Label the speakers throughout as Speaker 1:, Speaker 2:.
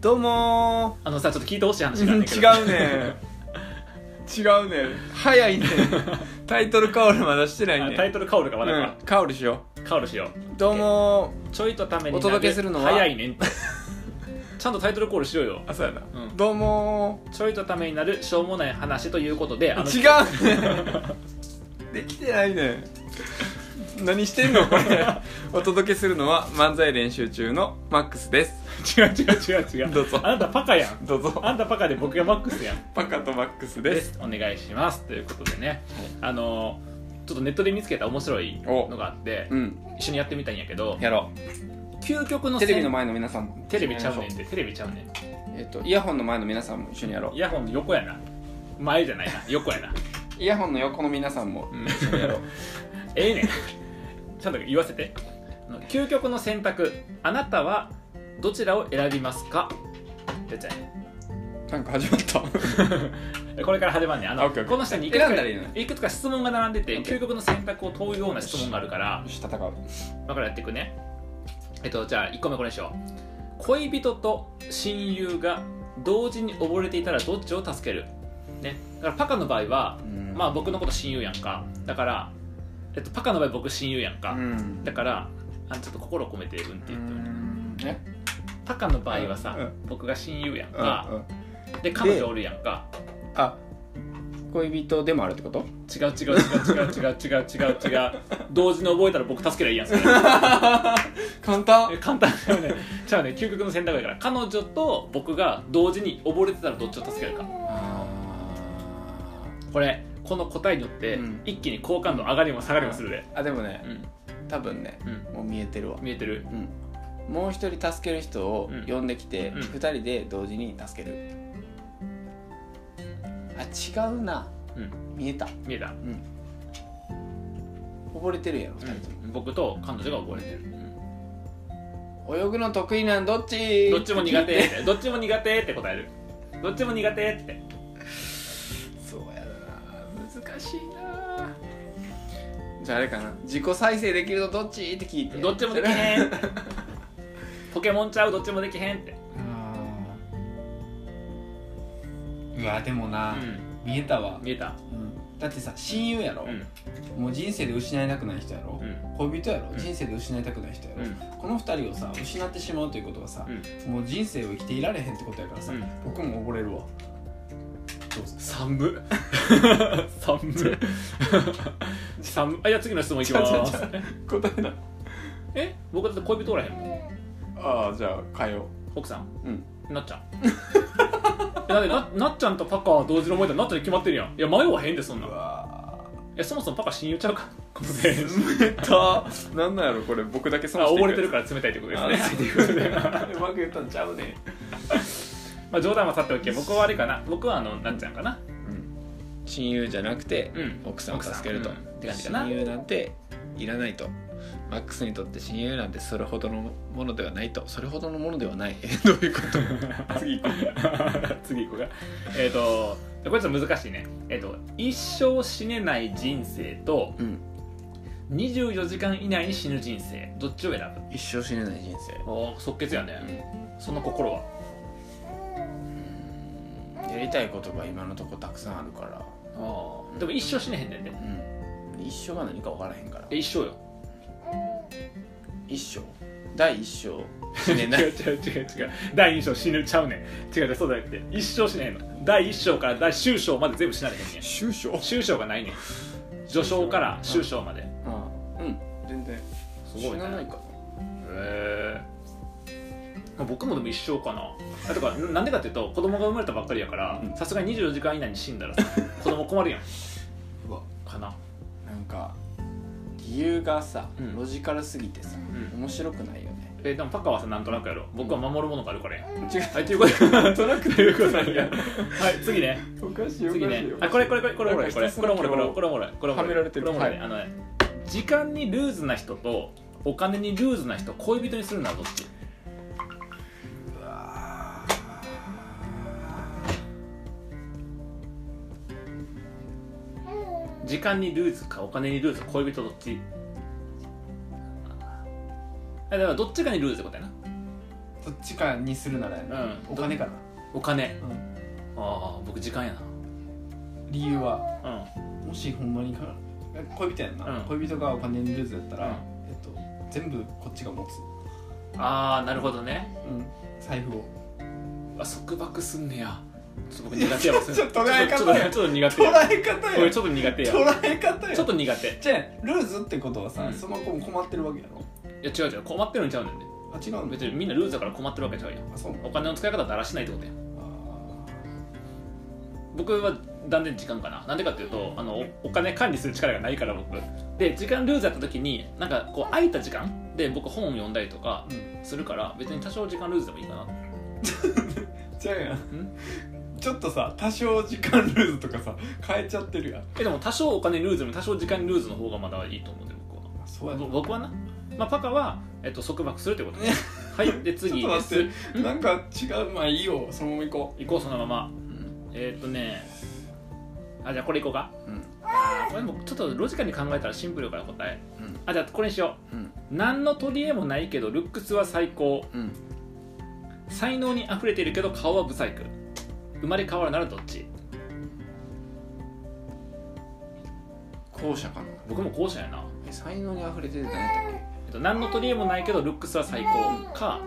Speaker 1: どうも
Speaker 2: あのさちょっと聞いてほしい
Speaker 1: ー
Speaker 2: 話があ
Speaker 1: うんん
Speaker 2: ねん
Speaker 1: 違
Speaker 2: けど
Speaker 1: うね違うね早 いねタイトルカオルまだしてない
Speaker 2: あタイ
Speaker 1: ね
Speaker 2: トルカオルかまだ
Speaker 1: うん
Speaker 2: か、
Speaker 1: カオルしよ
Speaker 2: カオルしよ
Speaker 1: うどうも
Speaker 2: うちょいとために
Speaker 1: お届けするのは
Speaker 2: 早いねんってちゃんとタイトルコールしようよ
Speaker 1: ーあそうやな、
Speaker 2: うん
Speaker 1: どうも
Speaker 2: ちょいとためになるしょうもない話ということであの
Speaker 1: ー違うねできてないね何してんのこれお届けするのは漫才練習中のマックスです
Speaker 2: 違う違う違う違う
Speaker 1: どうぞ
Speaker 2: あなたパカやん
Speaker 1: どうぞ
Speaker 2: あんたパカで僕がマックスやん
Speaker 1: パカとマックス
Speaker 2: で
Speaker 1: です
Speaker 2: すお願いしますということでね、あのちょっとネットで見つけた面白いのがあって、
Speaker 1: うん
Speaker 2: 一緒にやってみたんやけど
Speaker 1: やろ
Speaker 2: 究極の
Speaker 1: う
Speaker 2: せ
Speaker 1: テ
Speaker 2: ん
Speaker 1: レビの前の皆さんも
Speaker 2: テレビちゃうねんってテレビちゃうねん
Speaker 1: えっとイヤホンの前の皆さんも一緒にやろう
Speaker 2: イヤホンの横やな前じゃないな横やな
Speaker 1: イヤホンの横の皆さんも一緒にやろう
Speaker 2: ええねんちゃんと言わせてあの究極の選択あなたはどちらを選びますかってやつやね
Speaker 1: なんか始まった
Speaker 2: これから始まるねんあ
Speaker 1: あ
Speaker 2: の
Speaker 1: オッケーオッケー
Speaker 2: この下にいくつか
Speaker 1: 選んだらいいのね
Speaker 2: いくつか質問が並んでて
Speaker 1: オッケー
Speaker 2: 究極の選択を問うような質問があるから
Speaker 1: よし戦う
Speaker 2: 今からやっていくねえっとじゃあ1個目これにしよう恋人と親友が同時に溺れていたらどっちを助けるねだからパカの場合はまあ僕のこと親友やんかだから、えっと、パカの場合僕親友やんか、
Speaker 1: うん
Speaker 2: だからあちょっと心を込めて「うん」って言ってもらう
Speaker 1: ね
Speaker 2: パカの場合はさ、
Speaker 1: うん
Speaker 2: 僕が親友やん
Speaker 1: うんう
Speaker 2: か、
Speaker 1: ん
Speaker 2: で彼女おるやんか
Speaker 1: あ恋人でもあるってこと
Speaker 2: 違う違う違う違う違う違う違う違う同時に覚えたら僕助けりゃいいやんそれ
Speaker 1: 簡単
Speaker 2: え簡単だよねじゃあね究極の選択だから彼女と僕が同時に溺れてたらどっちを助けるかこれこの答えによって、
Speaker 1: うん
Speaker 2: 一気に好感度上がりも下がりもするで
Speaker 1: あでもね
Speaker 2: うん
Speaker 1: 多分ね
Speaker 2: うん
Speaker 1: もう見えてるわ
Speaker 2: 見えてる
Speaker 1: うんもう一人助ける人を
Speaker 2: うん
Speaker 1: 呼んできて
Speaker 2: うん
Speaker 1: 二人で同時に助けるあ違うな
Speaker 2: うん
Speaker 1: 見えた
Speaker 2: 見えた
Speaker 1: うん溺れてるやろ
Speaker 2: う
Speaker 1: 二
Speaker 2: ん
Speaker 1: 人と
Speaker 2: 僕と彼女が溺れてる、
Speaker 1: も泳ぐの得意なんどっち
Speaker 2: どっちも苦手ってどっちも苦手って答えるどっちも苦手って
Speaker 1: そうやな難しいなじゃああれかな自己再生できるのどっちって聞いて
Speaker 2: どっちもでき
Speaker 1: あ
Speaker 2: へんって ポケモンちゃうどっちもできへんって
Speaker 1: ーうわでもな、
Speaker 2: うん
Speaker 1: 見えたわ、
Speaker 2: 見えた
Speaker 1: うんだってさ親友やろ
Speaker 2: う、ん
Speaker 1: もう人生で失いたくない人やろ、
Speaker 2: うん
Speaker 1: 恋人やろ、
Speaker 2: うん
Speaker 1: 人生で失いたくない人やろ、
Speaker 2: うん
Speaker 1: この二人をさ失ってしまうということはさ、もう人生を生きていられへんってことやからさ、
Speaker 2: うん
Speaker 1: 僕も溺れるわどうぞ
Speaker 2: 三 部三 部三部あじゃあ次の質問いきま
Speaker 1: ちょち
Speaker 2: す
Speaker 1: ょちょ答えな
Speaker 2: え僕だって恋人おらへんもん
Speaker 1: ああじゃあ変えよ
Speaker 2: 奥さん
Speaker 1: ううん
Speaker 2: な っちゃんえだってななっちゃんとパカは同時に覚えたらなっちゃんに決まってるやんいや迷わへんでそんなん
Speaker 1: う
Speaker 2: い
Speaker 1: わ
Speaker 2: やそもそもパカ親友ちゃ うかこの選手
Speaker 1: 冷たなんなんやろこれ僕だけ損
Speaker 2: あ
Speaker 1: して
Speaker 2: 溺れてるから冷たいってことですね
Speaker 1: あ
Speaker 2: ということで
Speaker 1: うまく言ったんちゃうね
Speaker 2: まあ冗談はさておき僕はあれかな僕はあのなっちゃんかな
Speaker 1: 親友じゃなくて、
Speaker 2: うん
Speaker 1: 奥さんを助けると、
Speaker 2: 奥さんうんって感じかな
Speaker 1: 親友なんていらないとマックスにとって親友なんてそれほどのものではないとそれほどのものではない えどういうこと次行こ
Speaker 2: 次行こうかえっ、とこれちょっと難しいねえっ、と一生死ねない人生と
Speaker 1: う、うん、
Speaker 2: 24時間以内に死ぬ人生どっちを選ぶ
Speaker 1: 一生死ねない人生
Speaker 2: お即決やね、その心は
Speaker 1: やりたいことが今のとこたくさんあるから、
Speaker 2: でも一生死ねへんねんで
Speaker 1: うん、一生が何か分からへんから
Speaker 2: え一生よ
Speaker 1: 一生第一生死ねな
Speaker 2: 違う
Speaker 1: い
Speaker 2: 違う違う違う第二章死ぬちゃうねん違う違うそうじゃなくて一生死ねへんの第一章から第終章まで全部死なれへんねん
Speaker 1: 終生
Speaker 2: 終章がないねん序章から終章まで
Speaker 1: うん全然
Speaker 2: すごいね
Speaker 1: 死なないかな
Speaker 2: へえ僕もでも一生かなあとかなんでかっていうと子供が生まれたばっかりやから
Speaker 1: うん
Speaker 2: さすがに24時間以内に死ん だらさ子供困るやん
Speaker 1: うわ
Speaker 2: かな
Speaker 1: なんか理由がさ、
Speaker 2: うん
Speaker 1: ロジカルすぎてさ、
Speaker 2: ん
Speaker 1: 面白くないよね
Speaker 2: えでもパカはさなんとなくやろ僕は守るものがあるからやん
Speaker 1: 違う
Speaker 2: はいということで
Speaker 1: なんとなく
Speaker 2: ということではい次ね
Speaker 1: おかしい
Speaker 2: 次ねあこれこれこれこれおもろいこれこれおもろいこれこれおもろいこれおもろい
Speaker 1: はめられてる
Speaker 2: これおもろいね
Speaker 1: は
Speaker 2: あのね時間にルーズな人とお金にルーズな人恋人にするのはどっち時間にルーズかお金にルーズか恋人どっちあだからどっちかにルーズってことやな
Speaker 1: どっちかにするなら、
Speaker 2: ん
Speaker 1: お金かな、
Speaker 2: お金
Speaker 1: うん
Speaker 2: ああ僕時間や
Speaker 1: 理由は
Speaker 2: なうん
Speaker 1: もしほんまにか恋人やんな、
Speaker 2: うん
Speaker 1: 恋人がお金のルーズやったら、
Speaker 2: うん
Speaker 1: えっと、全部こっちが持つ、
Speaker 2: ああなるほどね
Speaker 1: うん、財布を
Speaker 2: あ束縛すんねやちょっと僕苦手やわそ れ
Speaker 1: ちょっと捉え方や
Speaker 2: ちょっとちょっとちょっと苦手
Speaker 1: 捉
Speaker 2: や
Speaker 1: え方
Speaker 2: これ
Speaker 1: や
Speaker 2: ちょっと苦手や
Speaker 1: 捉え方や
Speaker 2: ちょっと苦手い
Speaker 1: じゃあルーズってことはさ、
Speaker 2: うん
Speaker 1: その子も困ってるわけやろ
Speaker 2: や違う違う困ってるんちゃうねんで
Speaker 1: あ違うんだ
Speaker 2: 別にみんなルーズだから困ってるわけちゃうやん
Speaker 1: あそうなの
Speaker 2: お金の使い方だらしないってことや
Speaker 1: あ
Speaker 2: 僕は断然時間かななんでかっていうとあのおお金管理する力がないから僕で時間ルーズやった時になんかこう空いた時間で僕本を読んだりとか
Speaker 1: ーうん
Speaker 2: するから別に多少時間ルーズでもいいかな
Speaker 1: じゃあやんちょっとさ多少時間ルーズとかさ変えちゃってるやん
Speaker 2: えでも多少お金ルーズよりも多少時間ルーズの方がまだいいと思うんで僕は
Speaker 1: あそうや
Speaker 2: ぼ
Speaker 1: な
Speaker 2: 僕はな、まあ、パカは、えっと、束縛するって ことねはいで次
Speaker 1: ちょっと待って
Speaker 2: ですん
Speaker 1: なんか違うまあいいよそのまま行こ
Speaker 2: 行こうそのまま
Speaker 1: ううん、
Speaker 2: えーっとねあじゃあこれ行こうかこれもちょっとロジカルに考えたらシンプルやから答え
Speaker 1: うん
Speaker 2: あじゃあこれにしよ
Speaker 1: うん
Speaker 2: う何の取り柄もないけどルックスは最高
Speaker 1: うん
Speaker 2: 才能に溢れているけど顔はブサイク生まれ変わるならどっち
Speaker 1: 後者かな
Speaker 2: 僕も後者やな、
Speaker 1: 才能に溢れてる何やったっ
Speaker 2: えっと、何の取り柄もないけどルックスは最高か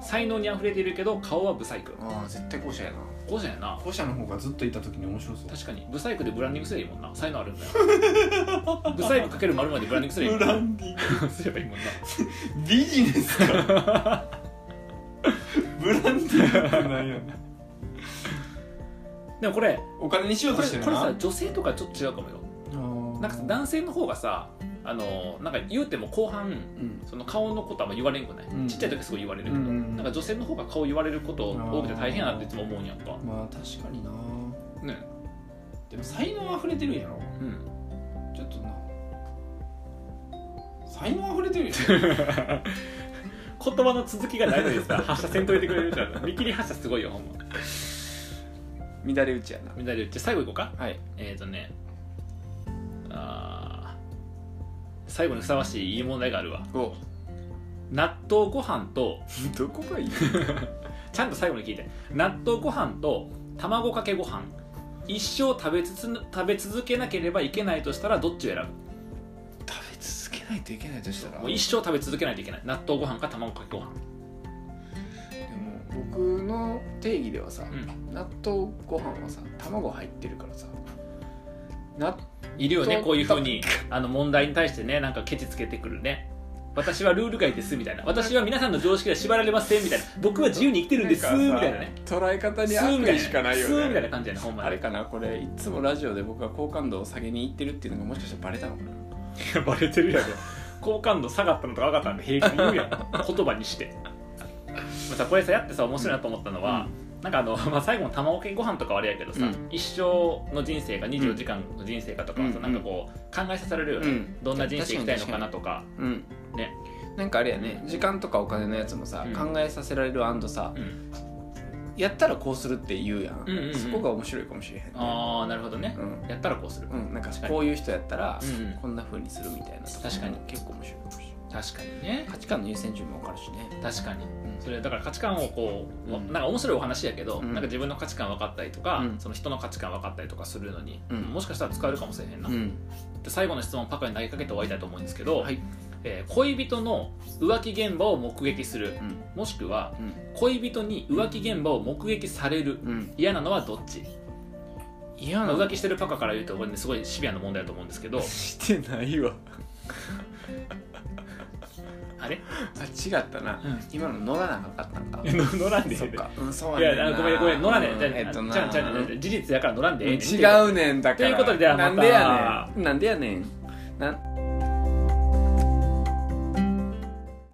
Speaker 2: 才能に溢れているけど顔はブサイク
Speaker 1: ああ絶対後者やな
Speaker 2: 後者やな
Speaker 1: 後者の方がずっといた時に面白そう
Speaker 2: 確かにブサイクでブランディングすればいいもんな才能あるんだ よブサイクかける丸までブランディングすればいい
Speaker 1: ブ
Speaker 2: もん
Speaker 1: ラ
Speaker 2: な
Speaker 1: ンディング
Speaker 2: すればいいもんな
Speaker 1: ビジネスか ブランディングってなんや
Speaker 2: でもこれ
Speaker 1: お金にしよう
Speaker 2: ことれ
Speaker 1: してる
Speaker 2: これ
Speaker 1: な
Speaker 2: さ女性とかちょっと違うかもよなんか男性の方がさあのなんか言うても後半
Speaker 1: うん
Speaker 2: その顔のことはあんま言われんくない、
Speaker 1: うん
Speaker 2: ちっちゃい時はすごい言われるけど、
Speaker 1: うんうんうん
Speaker 2: なんか女性の方が顔言われること多くて大変やなっていつも思うんやんか
Speaker 1: まあ確かにな
Speaker 2: ね
Speaker 1: でも才能溢れてるんやろ
Speaker 2: うん
Speaker 1: ちょっとな才能溢れてるや
Speaker 2: 言葉の続きがないのにさ発射せんといてくれるじゃん見切り発射すごいよほんま
Speaker 1: ん 乱れ打ちやな
Speaker 2: みんなで言って最後いこうか
Speaker 1: はい
Speaker 2: えーとねあー最後にふさわしいいい問題があるわ
Speaker 1: お
Speaker 2: 納豆ご飯と
Speaker 1: どこがいい
Speaker 2: ちゃんと最後に聞いて納豆ご飯と卵かけご飯一生食べつつ食べ続けなければいけないとしたらどっちを選
Speaker 1: 食べ続けないといけないとした
Speaker 2: ぶ
Speaker 1: ら
Speaker 2: もう一生食べ続けないといけない納豆ご飯か卵かけご飯
Speaker 1: でも僕の定義ではさ、
Speaker 2: ん
Speaker 1: 納豆ご飯はさ卵入ってるからさ納
Speaker 2: いるよね
Speaker 1: と
Speaker 2: こういうふうにあの問題に対してねなんかケチつけてくるね私はルール外ですみたいな私は皆さんの常識では縛られませんみたいな僕は自由に生きてるんですみたいなね
Speaker 1: 捉え方
Speaker 2: す
Speaker 1: に
Speaker 2: ー
Speaker 1: 悪
Speaker 2: みた
Speaker 1: 意
Speaker 2: い
Speaker 1: しか
Speaker 2: な
Speaker 1: ない
Speaker 2: ね
Speaker 1: よ
Speaker 2: すーみたい
Speaker 1: ね
Speaker 2: な感じやねほんま
Speaker 1: あ
Speaker 2: に
Speaker 1: れかなこれいつもラジオで僕は好感度を下げにいってるっていうのがもしかしたらバレたのかな
Speaker 2: バレてるやろ好感度下がったのとか上がったのと平気に言うやん言葉にしてまあさこれさやってさ面白いなと思ったのは、なんかあの、 まあ、最後の卵かけご飯とかはあれやけどさ、
Speaker 1: うん
Speaker 2: 一生の人生が24時間の人生かとかはさ、
Speaker 1: うん
Speaker 2: なんかこう考えさせられるよね、
Speaker 1: うん
Speaker 2: どんな人生生きたいのかなとか
Speaker 1: うん
Speaker 2: ね
Speaker 1: なんかあれやね時間とかお金のやつもさ、
Speaker 2: うん
Speaker 1: 考えさせられるアンドさ、
Speaker 2: うん
Speaker 1: やったらこうするって言うやん,、
Speaker 2: うんうんうん
Speaker 1: そこが面白いかもしれへんね
Speaker 2: ああなるほどね
Speaker 1: う、ん
Speaker 2: やったらこうする、
Speaker 1: うん、なんか
Speaker 2: 確かに
Speaker 1: こういう人やったら、
Speaker 2: うんうん
Speaker 1: こんな風にするみたいなと
Speaker 2: 確かに
Speaker 1: 結構面白いかもしれない
Speaker 2: 確かにね
Speaker 1: 価値観の優先順位も分かるしね、
Speaker 2: 確かに
Speaker 1: うん
Speaker 2: それだから価値観をこう、
Speaker 1: うん
Speaker 2: なんか面白いお話やけど、
Speaker 1: うん
Speaker 2: なんか自分の価値観分かったりとか、
Speaker 1: うん
Speaker 2: その人の価値観分かったりとかするのに、
Speaker 1: うん
Speaker 2: もしかしたら使えるかもしれへんな、
Speaker 1: うん
Speaker 2: で最後の質問をパカに投げかけて終わりたいと思うんですけど、
Speaker 1: はい
Speaker 2: えー恋人の浮気現場を目撃する
Speaker 1: うん
Speaker 2: もしくは
Speaker 1: うん
Speaker 2: 恋人に浮気現場を目撃される
Speaker 1: うん
Speaker 2: 嫌なのはどっち、
Speaker 1: 嫌
Speaker 2: まあ
Speaker 1: な
Speaker 2: 浮気してるパカから言うとこれ、ね、すごいシビアな問題だと思うんですけど
Speaker 1: してないわ
Speaker 2: あ れ
Speaker 1: あ違ったな、
Speaker 2: うん
Speaker 1: 今の乗らなかったんか
Speaker 2: 乗らん
Speaker 1: そっか、うん、そう
Speaker 2: い
Speaker 1: やね
Speaker 2: やあ
Speaker 1: な
Speaker 2: ごめんごめん乗らねえ、
Speaker 1: う
Speaker 2: じゃあ、
Speaker 1: えっとな
Speaker 2: じゃあじゃあじゃあじゃあ事実やから乗らんでええねん
Speaker 1: 違うねんだから
Speaker 2: ということではま
Speaker 1: な
Speaker 2: た
Speaker 1: んでやねんなんでやねんなん